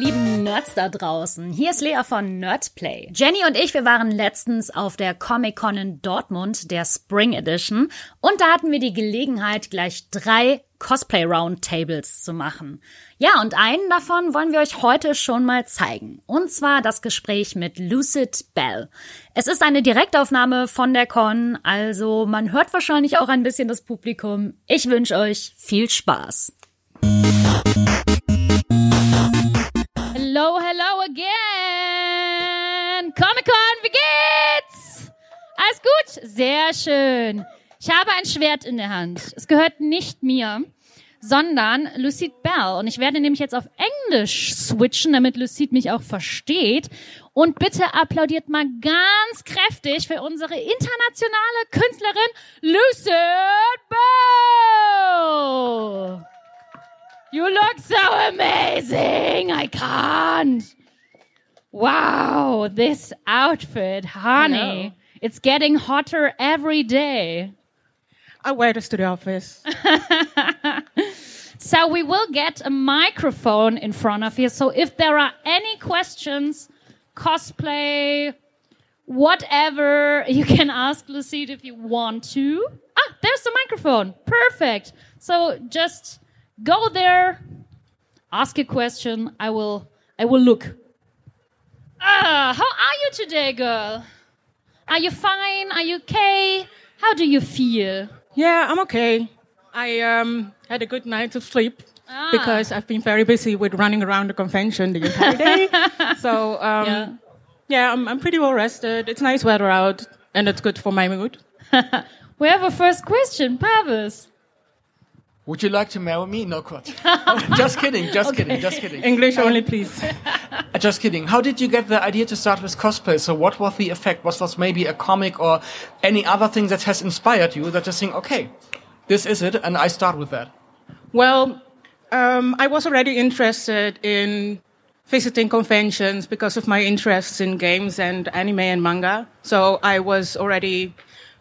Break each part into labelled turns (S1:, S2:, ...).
S1: Nerds da draußen. Hier ist Lea von Nerdplay. Jenny und ich, wir waren letztens auf der Comic-Con in Dortmund, der Spring Edition. Und da hatten wir die Gelegenheit, gleich drei Cosplay-Roundtables zu machen. Ja, und einen davon wollen wir euch heute schon mal zeigen. Und zwar das Gespräch mit Lucid Bell. Es ist eine Direktaufnahme von der Con, also man hört wahrscheinlich auch ein bisschen das Publikum. Ich wünsche euch viel Spaß. Hello, hello again! Comic-Con, wie geht's? Alles gut? Sehr schön. Ich habe ein Schwert in der Hand. Es gehört nicht mir, sondern Lucide Bell. Und ich werde nämlich jetzt auf Englisch switchen, damit Lucide mich auch versteht. Und bitte applaudiert mal ganz kräftig für unsere internationale Künstlerin Lucid Bell. You look so amazing! I can't! Wow, this outfit, honey.
S2: Hello.
S1: It's getting hotter every day.
S2: I wear this to the office.
S1: So we will get a microphone in front of you. So if there are any questions, cosplay, whatever, you can ask Lucide if you want to. Ah, there's the microphone. Perfect. So just go there, ask a question. I will I will look. Ah, how are you today, girl? Are you fine? Are you okay? How do you feel?
S2: yeah, I'm okay. I um, had a good night of sleep because I've been very busy with running around the convention the entire day. so um,
S1: Yeah.
S2: yeah, I'm, I'm pretty well rested. It's nice weather out, and it's good for my mood.
S1: We have a first question, Pavis.
S3: Would you like to marry me? No, quite. just kidding, just kidding, just kidding.
S2: English only, please.
S3: Uh, Just kidding. How did you get the idea to start with cosplay? So what was the effect? Was was maybe a comic or any other thing that has inspired you that you think, okay, this is it, and I start with that?
S2: Well, um, I was already interested in visiting conventions because of my interests in games and anime and manga. So I was already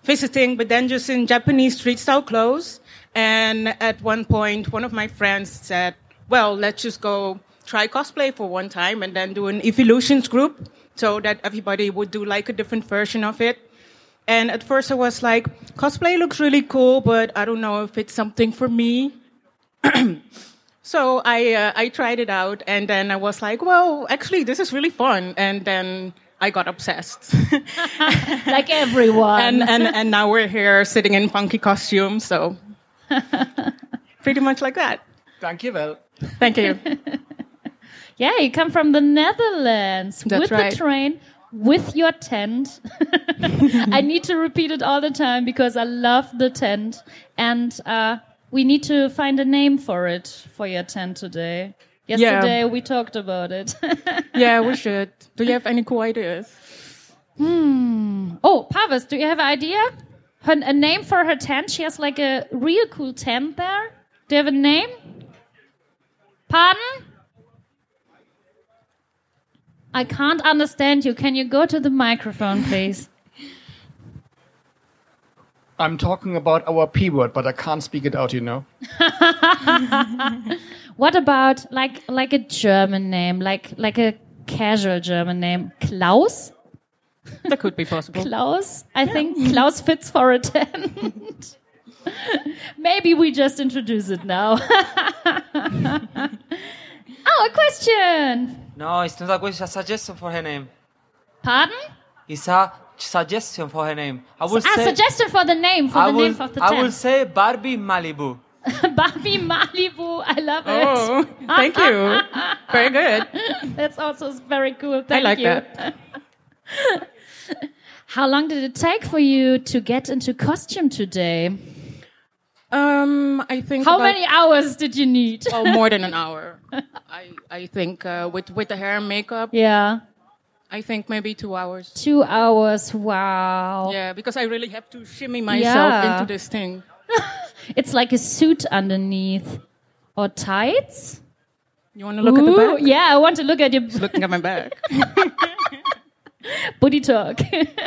S2: visiting, but then just in Japanese street style clothes. And at one point, one of my friends said, Well, let's just go try cosplay for one time and then do an evolutions group so that everybody would do like a different version of it. And at first, I was like, cosplay looks really cool, but I don't know if it's something for me. So I uh, I tried it out, and then I was like, well, actually, this is really fun. And then I got obsessed,
S1: Like everyone.
S2: and and and now we're here sitting in funky costumes. So pretty much like that.
S3: Thank you, well.
S2: Thank you.
S1: Yeah, you come from the Netherlands
S2: That's
S1: with
S2: right.
S1: the train, with your tent. I need to repeat it all the time because I love the tent. And uh, we need to find a name for it for your tent today. Yesterday we talked about it.
S2: Yeah, we should. Do you have any cool ideas?
S1: oh, Pavis, do you have an idea? Her, a name for her tent? She has like a real cool tent there. Do you have a name? Pardon? I can't understand you. Can you go to the microphone, please?
S3: I'm talking about our P word, but I can't speak it out, you know.
S1: What about like like a German name, like like a casual German name, Klaus?
S2: That could be possible.
S1: Klaus? I think Klaus fits for a tent. Maybe we just introduce it now. oh, a question.
S4: No, it's not a question. It's a suggestion for her name.
S1: Pardon?
S4: It's a suggestion for her name. I will
S1: Ah,
S4: say.
S1: suggestion for the name for
S4: I
S1: the
S4: will,
S1: name of the
S4: I will
S1: tent.
S4: say Barbie Malibu.
S1: Barbie Malibu. I love
S2: Oh, thank you. Very good.
S1: it. That's also very cool. Thank
S2: I like
S1: you.
S2: that.
S1: How long did it take for you to get into costume today?
S2: Um, I think
S1: How
S2: about-
S1: many hours did you need?
S2: Oh, more than an hour. I I think uh, with with the hair and makeup,
S1: Yeah,
S2: I think maybe two hours.
S1: two hours. Wow.
S2: Yeah, because I really have to shimmy myself
S1: Yeah.
S2: into this thing.
S1: It's like a suit underneath or tights.
S2: You want to look at the
S1: Ooh,
S2: back?
S1: yeah, I want to look at your
S2: Looking at my back.
S1: booty talk.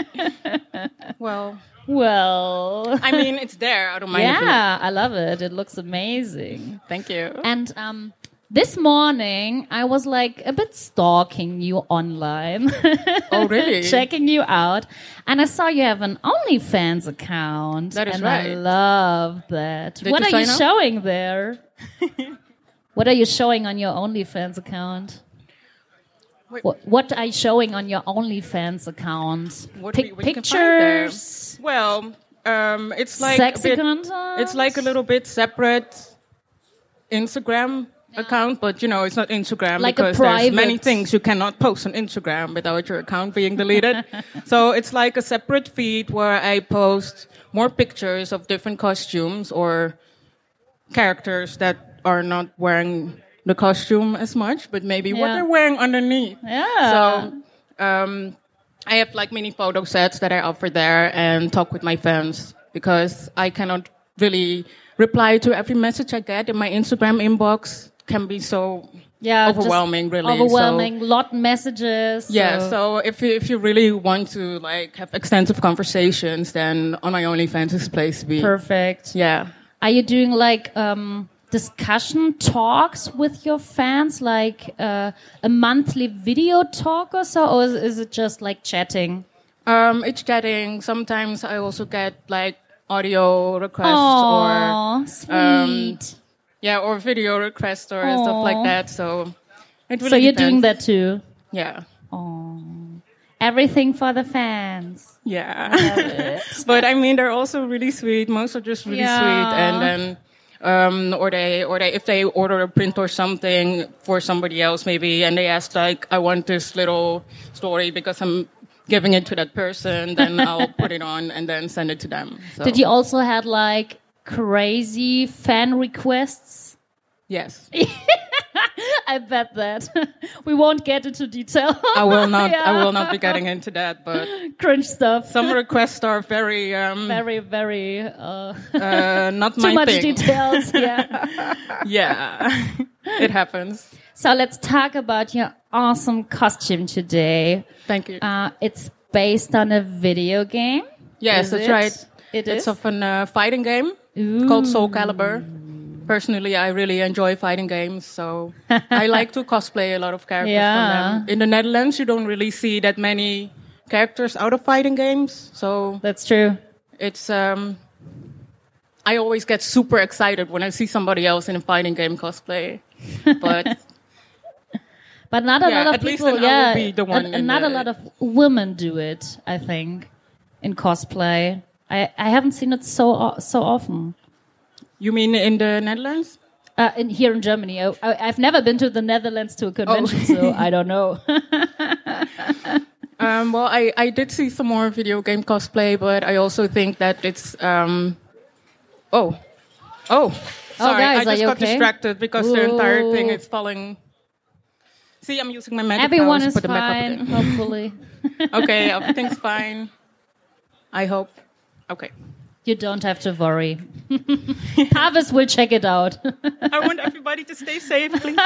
S2: well,
S1: well,
S2: I mean, it's there. I don't mind. if you-
S1: yeah, I love it. It looks amazing.
S2: Thank you.
S1: And um, This morning, I was like a bit stalking you online,
S2: Oh, really?
S1: checking you out, and I saw you have an OnlyFans account.
S2: That is
S1: and I
S2: right.
S1: love that.
S2: Did
S1: what
S2: you
S1: are you
S2: sign up?
S1: showing there? what are you showing on your OnlyFans account?
S2: Wait.
S1: What, what are you showing on your OnlyFans account?
S2: What
S1: Pic-
S2: we- we can find there.
S1: pictures,
S2: Well, um, it's like a
S1: sexy
S2: bit,
S1: content.
S2: it's like a little bit separate Instagram account, but you know it's not Instagram
S1: Like a
S2: because there's many
S1: private-
S2: things you cannot post on Instagram without your account being deleted. so it's like a separate feed where I post more pictures of different costumes or characters that are not wearing the costume as much, but maybe what
S1: Yeah.
S2: they're wearing underneath.
S1: Yeah.
S2: So um, I have like mini photo sets that I offer there and talk with my fans because I cannot really reply to every message I get in my Instagram inbox. Can be so
S1: yeah, just
S2: overwhelming, really. So-
S1: Overwhelming, lot messages.
S2: yeah.
S1: so-
S2: So if you, if you really want to like have extensive conversations, then on my OnlyFans is the place to be.
S1: perfect.
S2: Yeah.
S1: Are you doing like um, discussion talks with your fans, like uh, a monthly video talk or so, or is, is it just like chatting?
S2: Um, it's chatting. Sometimes I also get like audio requests or
S1: Oh, sweet.
S2: um, yeah, or video requests or stuff like
S1: Aw.
S2: that. So it really
S1: so you're doing
S2: depends.
S1: that too.
S2: Yeah.
S1: Everything for the fans.
S2: Yeah. but I mean, they're also really sweet. Most are just really sweet.
S1: Yeah.
S2: And then, um, or they, or they, if they order a print or something for somebody else, maybe, and they ask, like, I want this little story because I'm giving it to that person, then I'll put it on and then send it to them. So,
S1: Did you also had like crazy fan requests?
S2: Yes.
S1: I bet that. we won't get into detail.
S2: I will not, I
S1: Yeah.
S2: will not be getting into that, but
S1: Cringe stuff.
S2: some requests are very, um,
S1: very, very uh,
S2: uh, not
S1: too
S2: my
S1: much
S2: thing.
S1: details. Yeah.
S2: Yeah. it happens.
S1: so let's talk about your awesome costume today.
S2: Thank you.
S1: Uh, it's based on a video game.
S2: Yes,
S1: Is
S2: that's
S1: it?
S2: right.
S1: It
S2: it's
S1: is.
S2: of an uh, fighting game called Soul Calibur. Personally, I really enjoy fighting games, so I like to cosplay a lot of characters
S1: Yeah.
S2: from them. In the Netherlands, you don't really see that many characters out of fighting games, so
S1: That's true.
S2: it's. Um, I always get super excited when I see somebody else in a fighting game cosplay, but
S1: But not a
S2: Yeah,
S1: lot of
S2: at least
S1: people.
S2: then I
S1: yeah,
S2: will be the one in
S1: and- and not a
S2: the-
S1: lot of women do it. I think in cosplay. I, I haven't seen it so o- so often.
S2: you mean in the Netherlands?
S1: Uh, in here in Germany, I, I, I've never been to the Netherlands to a convention,
S2: Oh.
S1: so I don't know.
S2: Um, well, I, I did see some more video game cosplay, but I also think that it's. Um, oh. Oh. Sorry,
S1: guys,
S2: I
S1: are
S2: just
S1: you
S2: got
S1: okay?
S2: distracted because the entire thing
S1: Ooh.
S2: is falling. See, I'm using my magic
S1: Everyone
S2: powers to
S1: is
S2: put them back
S1: fine,
S2: up
S1: hopefully.
S2: again. okay, everything's fine. I hope. Okay.
S1: You don't have to worry. Harvest will check it out.
S2: I want everybody to stay safe, please.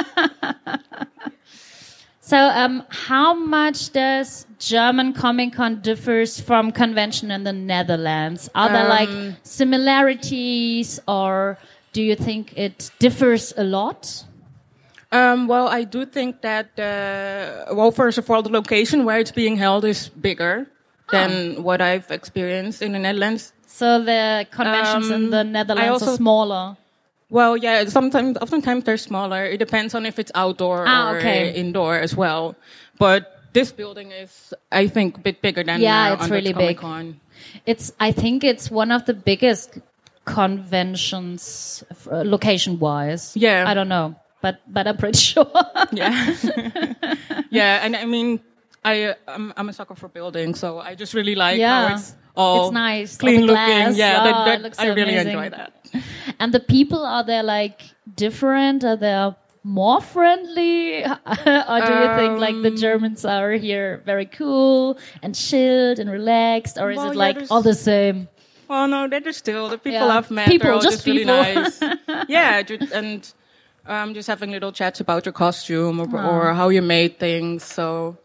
S1: so, um, how much does German Comic Con differs from convention in the Netherlands? Are there
S2: Um,
S1: like similarities, or do you think it differs a lot?
S2: Um, well, I do think that, uh, well, first of all, the location where it's being held is bigger
S1: Ah.
S2: than what I've experienced in the Netherlands.
S1: So the conventions in
S2: Um,
S1: the
S2: I
S1: Netherlands
S2: also-
S1: are smaller.
S2: Well, yeah, sometimes, oftentimes they're smaller. It depends on if it's outdoor
S1: Ah,
S2: or
S1: okay.
S2: uh, indoor as well. But this building is, I think, a bit bigger than
S1: Yeah,
S2: uh,
S1: it's
S2: Andex
S1: really big.
S2: Comic-Con.
S1: It's, I think, it's one of the biggest conventions, uh, location-wise.
S2: Yeah.
S1: I don't know, but but I'm pretty sure.
S2: Yeah, yeah, and I mean, I uh, I'm, I'm a sucker for buildings, so I just really like
S1: Yeah.
S2: how it's all
S1: It's nice, all
S2: clean
S1: the
S2: looking.
S1: glass.
S2: Yeah,
S1: Oh,
S2: that, that,
S1: it looks
S2: I
S1: so
S2: really
S1: amazing.
S2: enjoy that.
S1: And the people are they like different? Are they more friendly, or do you think like
S2: Um,
S1: the Germans are here very cool and chilled and relaxed, or is
S2: Well,
S1: it
S2: yeah,
S1: like
S2: there's-
S1: all the same?
S2: Well, no, they're just still the people
S1: Yeah.
S2: I've met.
S1: People,
S2: they're all just,
S1: just
S2: really
S1: people.
S2: nice. yeah, ju- and um, just having little chats about your costume or, or how you made things. So,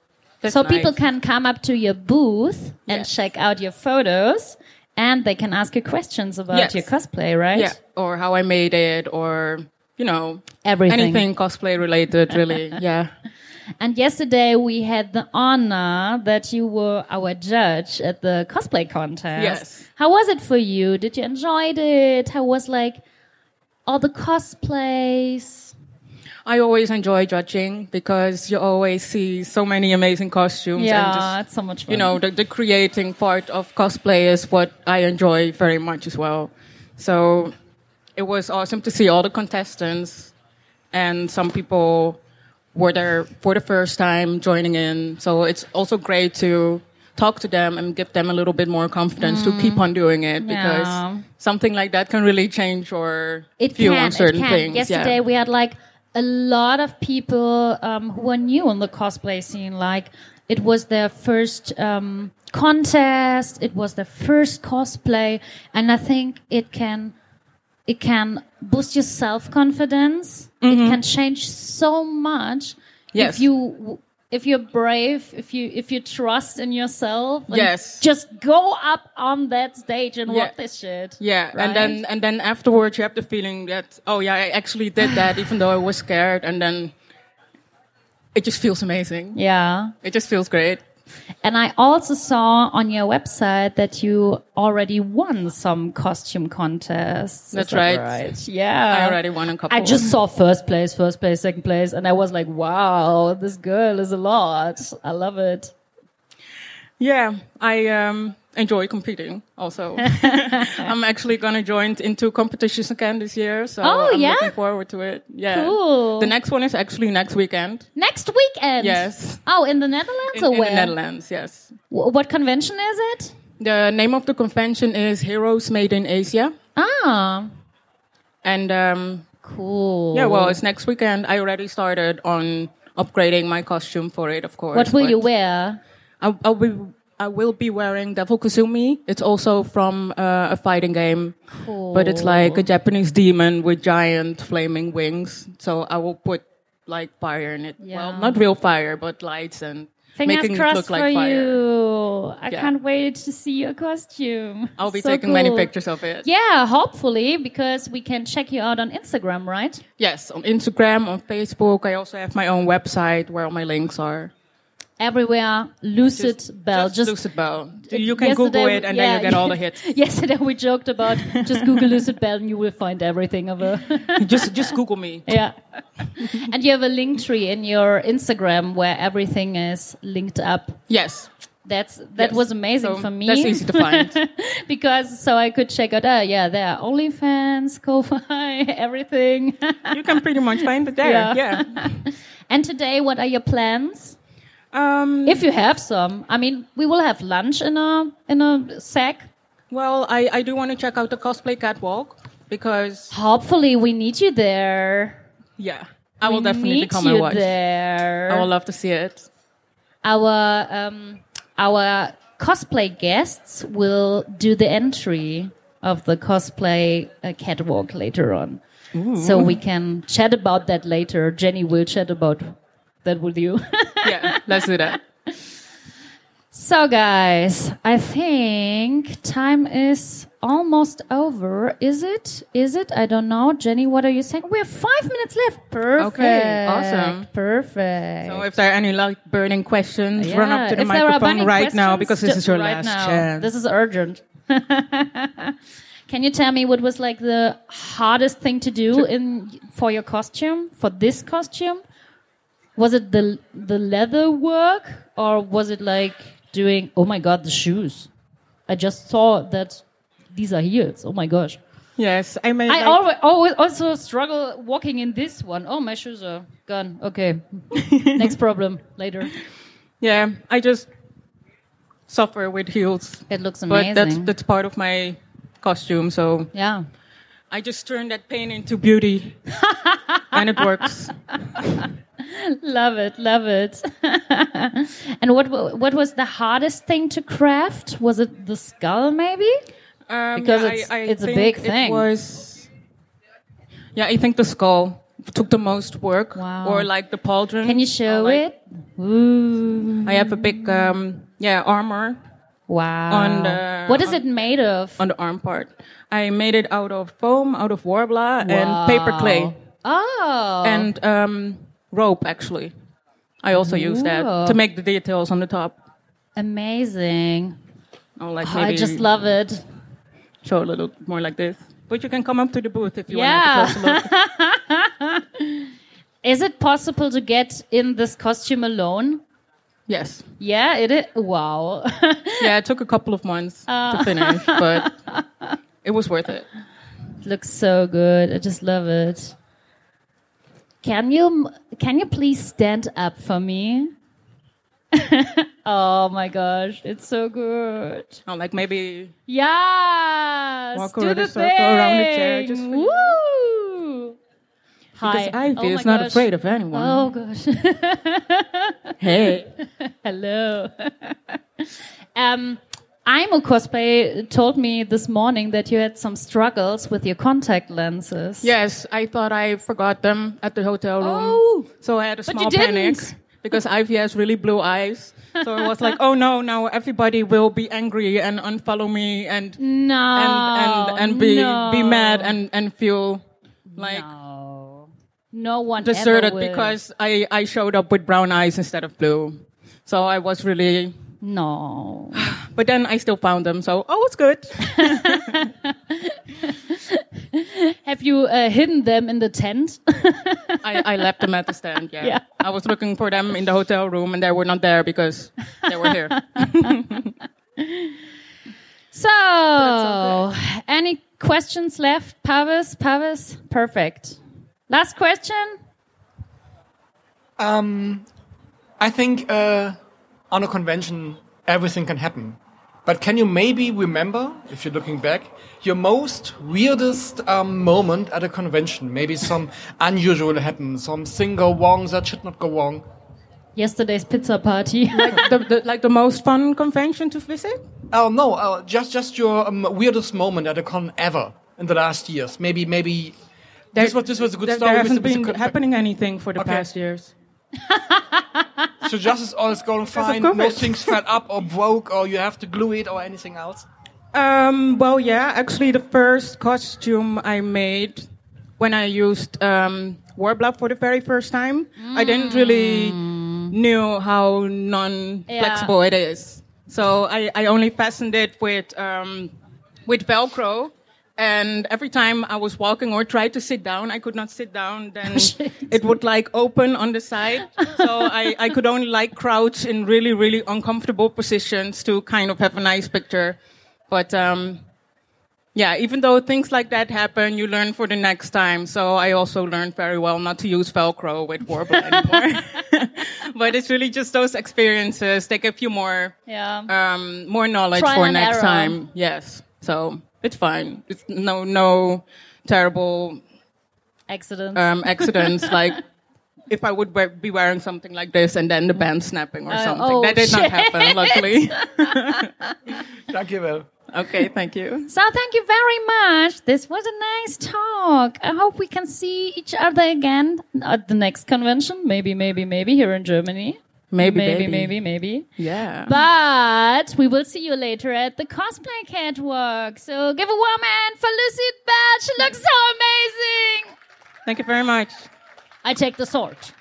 S2: that's
S1: so people
S2: nice.
S1: can come up to your booth and
S2: Yes.
S1: check out your photos, and they can ask you questions about
S2: Yes.
S1: your cosplay, right?
S2: Yeah, or how I made it, or you know,
S1: Everything.
S2: anything cosplay related, really. yeah.
S1: And yesterday we had the honor that you were our judge at the cosplay contest.
S2: Yes.
S1: How was it for you? Did you enjoy it? How was like all the cosplays?
S2: I always enjoy judging because you always see so many amazing costumes and just
S1: Yeah, it's so much fun.
S2: you know the, the creating part of cosplay is what i enjoy very much as well so it was awesome to see all the contestants and some people were there for the first time joining in so it's also great to talk to them and give them a little bit more confidence to keep on doing it because
S1: Mm. Yeah.
S2: something like that can really change your
S1: it
S2: view
S1: can,
S2: on certain
S1: it can.
S2: things
S1: Yesterday
S2: yeah.
S1: we had like a lot of people um, who were new in the cosplay scene. Like it was their first um, contest, it was their first cosplay, and I think it can it can boost your self confidence. It can change so much if
S2: Mm-hmm. Yes.
S1: you if you're brave, if you if you trust in yourself, and
S2: Yes.
S1: just go up on that stage and
S2: Yeah.
S1: rock this shit.
S2: Yeah,
S1: Right?
S2: and then and then afterwards you have the feeling that oh yeah, I actually did that even though I was scared, and then it just feels amazing.
S1: yeah.
S2: It just feels great.
S1: And I also saw on your website that you already won some costume contests. Is
S2: That's
S1: that
S2: right.
S1: Yeah.
S2: I already won a couple.
S1: Uh, I just saw first place, first place, second place, and I was like, wow, this girl is a lot. I love it.
S2: yeah, I um, enjoy competing. Also, I'm actually gonna join in two competitions again this year, so
S1: Oh,
S2: I'm
S1: yeah?
S2: looking forward to it. Yeah,
S1: Cool.
S2: The next one is actually next weekend
S1: Next weekend.
S2: Yes.
S1: Oh, in the Netherlands
S2: in,
S1: or
S2: in the
S1: where?
S2: Netherlands. Yes,
S1: Wh- What convention is it?
S2: the name of the convention is Heroes Made in Asia,
S1: Ah,
S2: and um,
S1: cool.
S2: Yeah, well, it's next weekend. I already started on upgrading my costume for it, of course.
S1: what will
S2: but
S1: you wear?
S2: I, I'll be, I will be wearing Devil Kazumi. It's also from uh, a fighting game,
S1: Cool.
S2: but it's like a Japanese demon with giant flaming wings. So I will put like fire in it.
S1: Yeah.
S2: Well, not real fire, but lights and
S1: Fingers
S2: making it
S1: crossed
S2: look
S1: for
S2: like fire.
S1: you. I
S2: Yeah.
S1: can't wait to see your costume.
S2: I'll be
S1: So
S2: taking many
S1: cool.
S2: pictures of it.
S1: Yeah, hopefully, because we can check you out on Instagram, right?
S2: Yes, on Instagram, on Facebook. I also have my own website where all my links are.
S1: Everywhere, Lucid Bell.
S2: Just, uh,
S1: Just,
S2: Lucid Bell. You can Google
S1: yesterday-
S2: it and
S1: yeah,
S2: then you get all the hits.
S1: yesterday we joked about just Google Lucid Bell and you will find everything of her.
S2: just just Google me.
S1: yeah. and you have a link tree in your Instagram where everything is linked up.
S2: Yes.
S1: That's that
S2: Yes.
S1: was amazing
S2: So
S1: for me.
S2: That's easy to find.
S1: because so I could check out. Oh yeah, there are OnlyFans, Ko-fi, everything.
S2: you can pretty much find it there.
S1: Yeah.
S2: Yeah.
S1: and today, what are your plans?
S2: Um,
S1: If you have some, I mean, we will have lunch in a in a sec.
S2: well, I, I do want to check out the cosplay catwalk because
S1: Hopefully, we need you there.
S2: yeah, I
S1: We
S2: will definitely
S1: need
S2: come
S1: you
S2: and watch.
S1: there.
S2: I will love to see it. uh,
S1: Our um, our cosplay guests will do the entry of the cosplay uh, catwalk later on, so we can chat about that later. Jenny will chat about that with you.
S2: Yeah, let's do that.
S1: So, guys, I think time is almost over. Is it? Is it? I don't know. Jenny, what are you saying? We have five minutes left. Perfect.
S2: awesome.
S1: Perfect.
S2: So if there are any like burning questions, run
S1: Yeah,
S2: up to the
S1: if there are
S2: microphone
S1: burning
S2: right now
S1: questions,
S2: because this
S1: ju-
S2: is your
S1: right
S2: last
S1: now.
S2: chance.
S1: This is urgent. Can you tell me what was like the hardest thing to do in for your costume for this costume? Was it the the leather work or was it like doing? Oh my god, the shoes! I just saw that these are heels. Oh my gosh!
S2: yes, I made.
S1: I
S2: like-
S1: always, always also struggle walking in this one. Oh, my shoes are gone. Okay, next problem later.
S2: yeah, I just suffer with heels,
S1: It looks
S2: but
S1: amazing.
S2: that's that's part of my costume. So
S1: Yeah.
S2: I just turned that pain into beauty, and it works.
S1: Love it, love it. and what wa- what was the hardest thing to craft? Was it the skull maybe?
S2: Um,
S1: Because it's- it's a
S2: think
S1: big
S2: it
S1: thing.
S2: was- yeah, I think the skull took the most work,
S1: Wow.
S2: or like the pauldron.
S1: Can you show
S2: or, Oh, like,
S1: it? Ooh.
S2: I have a big um, yeah armor
S1: Wow.
S2: On the-
S1: what is
S2: on-
S1: it made of?
S2: on the arm part. I made it out of foam, out of warbler, and paper
S1: Wow.
S2: clay.
S1: Oh.
S2: and um, rope actually. I also use
S1: Ooh.
S2: that to make the details on the top.
S1: Amazing.
S2: Or like
S1: Oh, I
S2: maybe
S1: just love it.
S2: show a little more like this. But you can come up to the booth if you want to
S1: Yeah.
S2: look.
S1: Is it possible to get in this costume alone?
S2: yes.
S1: Yeah, it is. Wow.
S2: Yeah, it took a couple of months
S1: Uh.
S2: to finish, but it was worth it.
S1: looks so good. I just love it. Can you can you please stand up for me? oh my gosh, it's so good.
S2: Oh, like maybe
S1: Yes.
S2: Walk
S1: do
S2: around
S1: the
S2: the circle, around the chair,
S1: thing.
S2: just for you.
S1: Woo! Hi.
S2: because Ivy
S1: oh
S2: is
S1: my
S2: not
S1: gosh.
S2: afraid of anyone.
S1: Oh gosh.
S2: Hey,
S1: Hello. um, Imo Cosplay told me this morning that you had some struggles with your contact lenses.
S2: yes, I thought I forgot them at the hotel room,
S1: Oh.
S2: so I had a
S1: But
S2: small
S1: you
S2: panic
S1: didn't.
S2: because Ivy has really blue eyes. So I was like, oh no, now everybody will be angry and unfollow me and
S1: No.
S2: and and, and be
S1: no.
S2: be mad and and feel like
S1: no. No one ever
S2: deserted
S1: will.
S2: because I I showed up with brown eyes instead of blue. So I was really,
S1: no.
S2: but then I still found them. So oh, it's good.
S1: Have you uh, hidden them in the tent?
S2: I, I left them at the stand. Yeah.
S1: Yeah.
S2: I was looking for them in the hotel room, and they were not there because they were here.
S1: So, any questions left? Pavis, Pavis, perfect. Last question.
S3: Um, I think uh, on a convention, everything can happen. But can you maybe remember, if you're looking back, your most weirdest um, moment at a convention? Maybe some unusual happened, something go wrong that should not go wrong.
S1: Yesterday's pizza party.
S2: like, the, the, like the most fun convention to visit.
S3: Oh no, uh, just just your um, weirdest moment at a con ever in the last years. Maybe maybe this was this was a good
S2: there,
S3: story.
S2: There
S3: with
S2: hasn't
S3: the- with the
S2: been
S3: con-
S2: happening anything for the
S3: Okay.
S2: past years.
S3: So just is all is going fine. No
S2: COVID.
S3: things fell up or broke or you have to glue it or anything else.
S2: Um, well, yeah, actually, the first costume I made when I used um, Warbler for the very first time, I didn't really knew how non-flexible it is. So I, I only fastened it with um, with Velcro, and every time I was walking or tried to sit down, I could not sit down. Then
S1: Shit.
S2: it would like open on the side, so I, I could only like crouch in really really uncomfortable positions to kind of have a nice picture. But um, yeah, even though things like that happen, you learn for the next time. So I also learned very well not to use Velcro with Warble anymore. but it's really just those experiences. They give you more,
S1: yeah.
S2: um, more knowledge
S1: Trial
S2: for
S1: and
S2: next
S1: error.
S2: time. Yes. So it's fine. It's no, no terrible
S1: Accidents.
S2: um, accidents like. If I would wear, be wearing something like this and then the band snapping or
S1: Oh,
S2: something.
S1: oh,
S2: that did
S1: shit.
S2: not happen, luckily.
S3: Thank you, well.
S2: okay, thank you.
S1: so thank you very much. This was a nice talk. I hope we can see each other again at the next convention. Maybe, maybe, maybe here in Germany.
S2: Maybe,
S1: maybe,
S2: baby.
S1: maybe, maybe.
S2: Yeah.
S1: But we will see you later at the cosplay catwalk. So give a warm hand for Lucy Bell. She looks so amazing.
S2: Thank you very much.
S1: I take the sword.